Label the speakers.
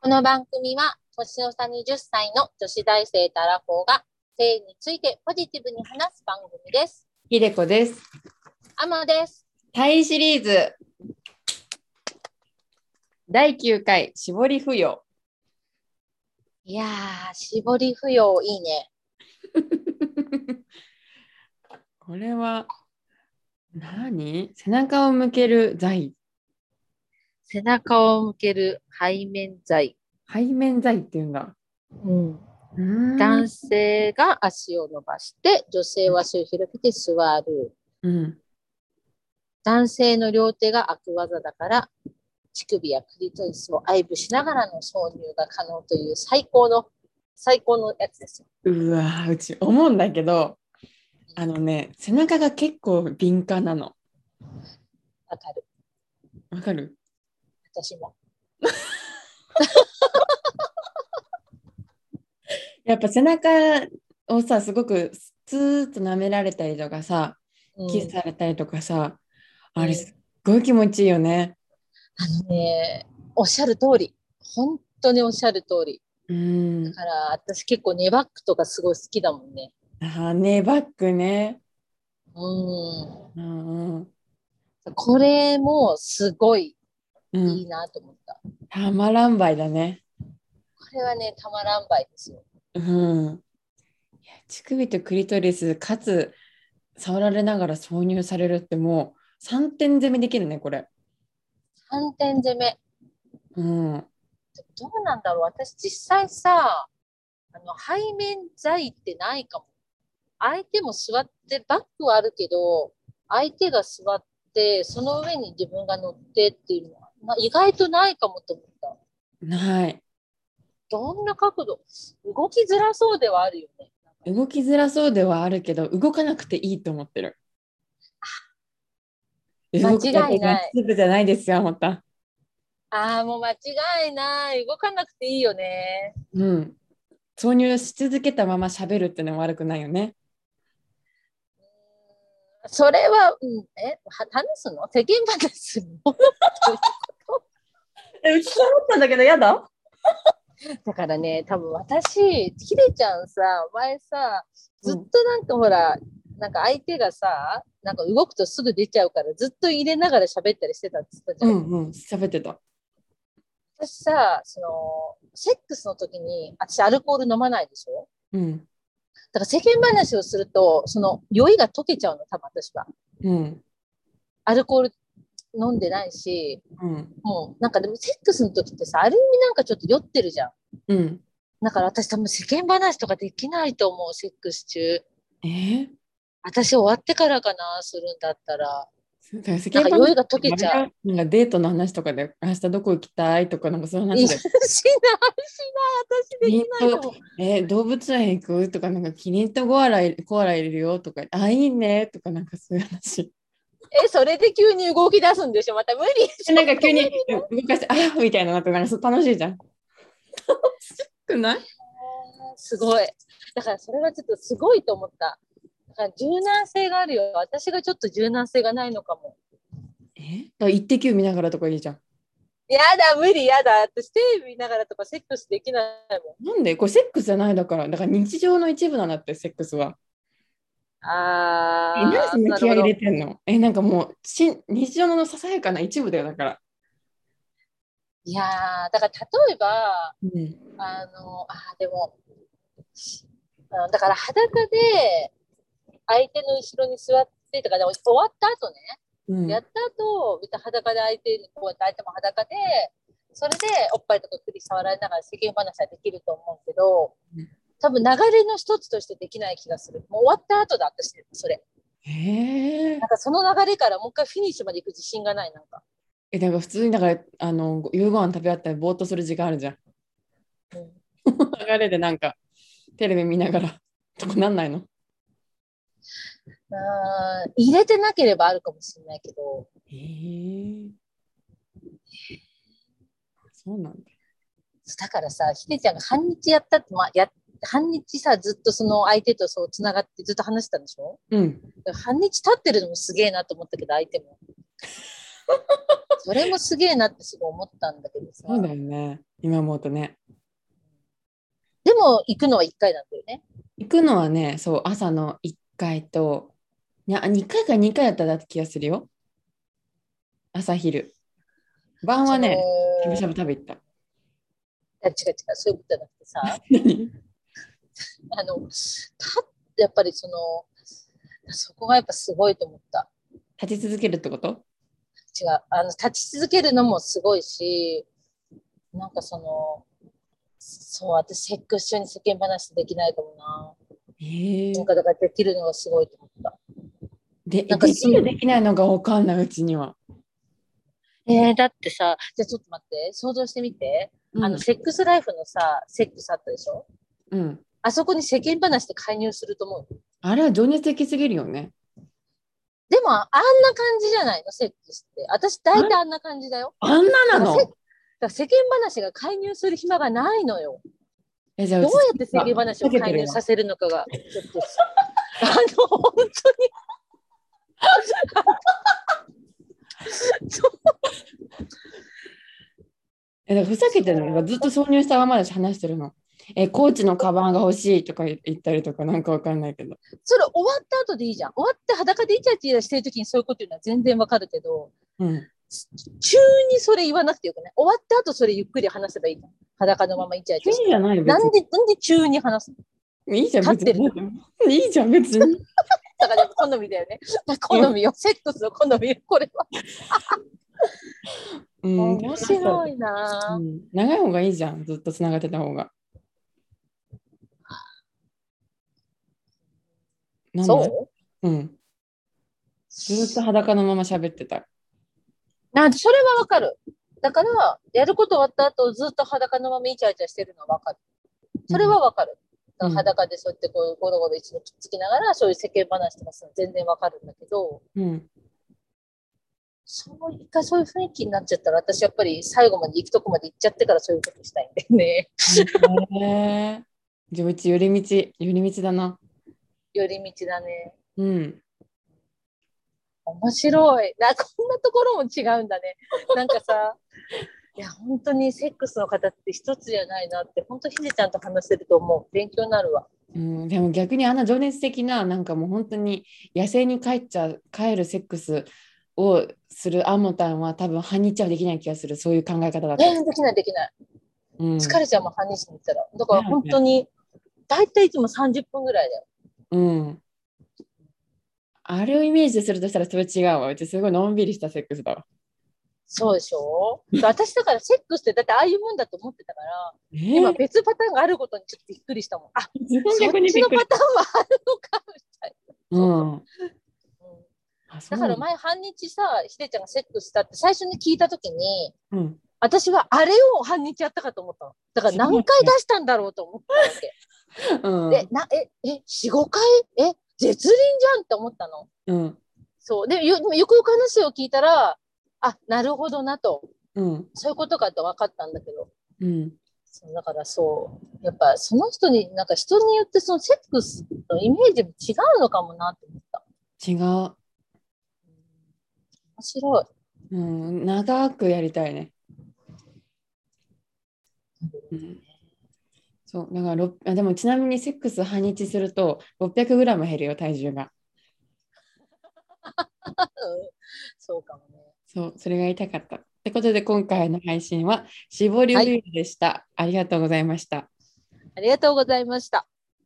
Speaker 1: この番組は年の差20歳の女子大生たらこが性についてポジティブに話す番組です。
Speaker 2: ひでこです。
Speaker 1: アモです。
Speaker 2: タイシリーズ第9回絞り不要。
Speaker 1: いやー、絞り不要いいね。
Speaker 2: これは何背中を向ける剤
Speaker 1: 背中を向ける背面剤。
Speaker 2: 背面剤っていうんだ。
Speaker 1: うん、
Speaker 2: うーん
Speaker 1: 男性が足を伸ばして、女性は足を広げて座る。
Speaker 2: うん。
Speaker 1: 男性の両手が悪技だから、乳首やクリトリスを愛撫しながらの挿入が可能という最高の、最高のやつですよ。
Speaker 2: うわーうち思うんだけどあのね背中が結構敏感なの。
Speaker 1: わかる。
Speaker 2: わかる
Speaker 1: 私も。
Speaker 2: やっぱ背中をさすごくツーッと舐められたりとかさ
Speaker 1: うん
Speaker 2: キスされたりとかさ、
Speaker 1: うん
Speaker 2: あれすっごい気持ちいいよね。
Speaker 1: あのね、おっしゃる通り。本当におっしゃる通り。
Speaker 2: うん
Speaker 1: だ、から、私結構ネバックとかすごい好きだもんね。
Speaker 2: あねバッグね。
Speaker 1: う
Speaker 2: うんうん
Speaker 1: ん。これもすごい
Speaker 2: うん
Speaker 1: いいなと思った。
Speaker 2: たまらんばいだね。
Speaker 1: これはね、たまらんばいですよ。
Speaker 2: うん。いや乳首とクリトリスかつ触られながら挿入されるってもう3点攻めできるねこれ。
Speaker 1: 3点攻め。
Speaker 2: うん。
Speaker 1: どうなんだろう私実際さ、あの、背面剤ってないかも。相手も座って、バックはあるけど、相手が座って、その上に自分が乗ってっていうのは、な意外とないかもと思った。
Speaker 2: ない。
Speaker 1: どんな角度動きづらそうではあるよね。
Speaker 2: 動きづらそうではあるけど動かなくていいと思ってる。
Speaker 1: 間違いない
Speaker 2: 動くだけが全てじゃないですよ、ほんと。
Speaker 1: ああ、もう間違いない。動かなくていいよね。
Speaker 2: うん。挿入し続けたまま喋るってのも悪くないよね。
Speaker 1: うーんそれは、うん、え、は話すの世間話すの
Speaker 2: え、うちそう思ったんだけど、やだ
Speaker 1: だからね、多分私、ひでちゃんさ、前さ、ずっとなんかほら、なんか相手がさ、なんか動くとすぐ出ちゃうから、ずっと入れながら喋ったりしてたって言ったじゃ。
Speaker 2: うんんうん、喋ってた。
Speaker 1: 私さ、その、セックスの時に、私アルコール飲まないでしょ
Speaker 2: うん。
Speaker 1: だから世間話をすると、その酔いが溶けちゃうの、多分私は。
Speaker 2: うん。
Speaker 1: アルコール飲んでないし、
Speaker 2: うん。
Speaker 1: もうなんかでもセックスの時ってさ、ある意味なんかちょっと酔ってるじゃん。
Speaker 2: うん。
Speaker 1: だから私多分世間話とかできないと思う、セックス中。
Speaker 2: えー、
Speaker 1: 私終わってからかな、するんだったら。
Speaker 2: そうだよ世
Speaker 1: な
Speaker 2: 間
Speaker 1: んか酔いが溶けちゃう。
Speaker 2: う。なんかデートの話とかで、明日どこ行きたいとか、なんかそういう
Speaker 1: い
Speaker 2: 話
Speaker 1: や
Speaker 2: で
Speaker 1: し。ない、しない、私できないと思う。
Speaker 2: えー動物園行くとか、なんか気に入ったコアラいコアラいるよとか、あ、いいねとか、なんかそういう話。
Speaker 1: え、それで急に動き出すんでしょまた無理。
Speaker 2: なんか急に動かして、 あみたいななって、なんかそう楽しいじゃん。楽しくない
Speaker 1: すごい。だからそれはちょっとすごいと思った。だから柔軟性があるよ。私がちょっと柔軟性がないのかも。
Speaker 2: えだから一滴見ながらとかいいじゃん。
Speaker 1: やだ、無理、やだ。私テレビ見ながらとかセックスできないも
Speaker 2: なんでこれセックスじゃないだから、だから日常の一部なんだって、セックスは。
Speaker 1: ん。あ
Speaker 2: え、
Speaker 1: ー、
Speaker 2: 何そんな気合い入
Speaker 1: なる
Speaker 2: れてんのえ、なんかもうしん、日常のささやかな一部だよ、だから。
Speaker 1: ほどいやー、だから例えば、
Speaker 2: うん。
Speaker 1: あの、あー、でも、うんだから裸で相手の後ろに座ってとか、でも終わった後ね、
Speaker 2: うん
Speaker 1: やった後、別に裸で相手にこうやって相手も裸で、それでおっぱいとか首触られながら世間話はできると思うけど
Speaker 2: うん、
Speaker 1: 多分流れの一つとしてできない気がする。もう終わった後だ、私、それ。
Speaker 2: へー
Speaker 1: なんかその流れからもう一回フィニッシュまで行く自信がない、なんか。
Speaker 2: え、だから普通にだからあのご夕ご飯食べ終わったらぼーっとする時間あるじゃん。
Speaker 1: うん
Speaker 2: 流れでなんかテレビ見ながらとかなんないの
Speaker 1: うん入れてなければあるかもしれないけど、
Speaker 2: へえ。そうなんだ。
Speaker 1: だからさ、ひでちゃんが半日やったって、まあ、や半日さ、ずっとその相手とそうつながってずっと話してたんでしょ
Speaker 2: うん。
Speaker 1: 半日経ってるのもすげえなと思ったけど、相手も。それもすげえなってすごい思ったんだけどさ。
Speaker 2: そうだよね。今思うとね。
Speaker 1: でも行くのは1回なんだよね。
Speaker 2: 行くのはね、そう、朝の1回と、いや2回か2回だったらだって気がするよ。朝昼。晩はね、
Speaker 1: そ
Speaker 2: しゃ
Speaker 1: の
Speaker 2: ぶしゃぶ食べ行った。
Speaker 1: いや違う違う、そういうことじゃなくて さ。
Speaker 2: 何
Speaker 1: あの、たやっぱりその、そこがやっぱすごいと思った。
Speaker 2: 立ち続けるってこと
Speaker 1: 違う、あの、立ち続けるのもすごいし、なんかその、そう、私、セックス中に世間話できないかもな。
Speaker 2: へえ
Speaker 1: なんかだからできるのがすごいと思った。
Speaker 2: で、
Speaker 1: なんか
Speaker 2: できるできないのが分かんないうちには。
Speaker 1: えー、だってさ、じゃあちょっと待って、想像してみて、あの、セックスライフのさ、セックスあったでしょ
Speaker 2: うん、うん。
Speaker 1: あそこに世間話で介入すると思う。
Speaker 2: あれは情熱的すぎるよね。
Speaker 1: でも、あんな感じじゃないの、セックスって。私、大体あんな感じだよ。
Speaker 2: あんなな
Speaker 1: だからせ
Speaker 2: の
Speaker 1: だから世間話が介入する暇がないのよ。
Speaker 2: え、じゃあ
Speaker 1: どう
Speaker 2: う
Speaker 1: や
Speaker 2: ち
Speaker 1: って世間話を介入させるのかが、ちょっと、 あの、本当に。そう
Speaker 2: えだからふざけてるのがずっと挿入したままで話してるの。え、コーチのカバンが欲しいとか言ったりとかなんかわかんないけど。
Speaker 1: それ終わった後でいいじゃん。終わって裸でイチャイチャしてる時にそういうこと言うのは全然わかるけど、
Speaker 2: うん。
Speaker 1: 急にそれ言わなくてよくない終わった後それゆっくり話せばいいじゃん。裸のままイチャイチ
Speaker 2: 急
Speaker 1: ャ
Speaker 2: に
Speaker 1: して。
Speaker 2: じゃないよ別
Speaker 1: なんで、なんで急に話すの
Speaker 2: に。いいじゃん別に。
Speaker 1: 立
Speaker 2: いいじゃん別に。
Speaker 1: だからやっぱ好みだよね。好みよ。セックスの好みよ。これは。
Speaker 2: うん、
Speaker 1: 面白
Speaker 2: い、
Speaker 1: いなぁ。
Speaker 2: うん。長い方がいいじゃん。ずっとつながってた方が。なんで
Speaker 1: そう
Speaker 2: うん。ずっと裸のまま喋ってた。
Speaker 1: なんそれはわかる。だから、やること終わった後、ずっと裸のままイチャイチャしてるのはわかる。それはわかる。だ
Speaker 2: う
Speaker 1: か
Speaker 2: ん
Speaker 1: ら裸でそうやってこうゴロゴロ一度つっつきながら、そういう世間話とかするの全然わかるんだけど、
Speaker 2: うん。
Speaker 1: そう、一回そういう雰囲気になっちゃったら、私やっぱり最後まで行くとこまで行っちゃってからそういうことしたいんだよね。
Speaker 2: へえ。じゃあうち寄り道、寄り道だな。
Speaker 1: 寄り道だね。
Speaker 2: うん。
Speaker 1: 面白い。な、こんなところも違うんだね。 なんかさ、いや、本当にセックスの方って一つじゃないなって、本当ひじちゃんと話せると思う。勉強になるわ。
Speaker 2: うん、でも逆にあんな情熱的ななんかもう本当に野生に帰っちゃう帰るセックスをするアモタンは多分半日はできない気がするそういう考え方だと、
Speaker 1: えーできないできない。
Speaker 2: うん、
Speaker 1: 疲れちゃうもん、半日に行ったら。だから
Speaker 2: ね
Speaker 1: 本当に、大体いつも30分ぐらいだよ。
Speaker 2: うん。あれをイメージするとしたらそれ違うわ。うちすごいのんびりしたセックスだわ。
Speaker 1: そうでしょ私だからセックスってだってああいうもんだと思ってたから、
Speaker 2: え
Speaker 1: 今別パターンがあることにちょっとびっくりしたもん。あ、そ
Speaker 2: 自
Speaker 1: っ
Speaker 2: 分
Speaker 1: ちの
Speaker 2: 逆にびっくり
Speaker 1: パ。ターンはあるのかみたい
Speaker 2: うん。
Speaker 1: な。うん
Speaker 2: あそ
Speaker 1: だ
Speaker 2: う
Speaker 1: か
Speaker 2: な
Speaker 1: ら
Speaker 2: んだ
Speaker 1: 前半日さ、ひでちゃんがセックスしたって最初に聞いたときに、
Speaker 2: うん。
Speaker 1: 私はあれを半日やったかと思ったの。だから何回出したんだろうと思ったわけ。
Speaker 2: うん。
Speaker 1: で、な、え、え、4、5回え、絶倫じゃんって思ったの。
Speaker 2: うん。
Speaker 1: そう。で、よよくよく話を聞いたら、あ、なるほどなと。
Speaker 2: うん。
Speaker 1: そういうことかと分かったんだけど。
Speaker 2: うん。
Speaker 1: そうだからそう。やっぱその人に、なんか人によってそのセックスのイメージも違うのかもなって思った。
Speaker 2: 違う。
Speaker 1: 面白い。
Speaker 2: うん。長くやりたいね。うん。そう。だからろっあ、でもちなみにセックス半日すると 600g 減るよ、体重が。
Speaker 1: うんそうかもね。
Speaker 2: そう。それが痛かった。ってことで今回の配信は、絞りウィールでした。ありがとうございました。
Speaker 1: ありがとうございました。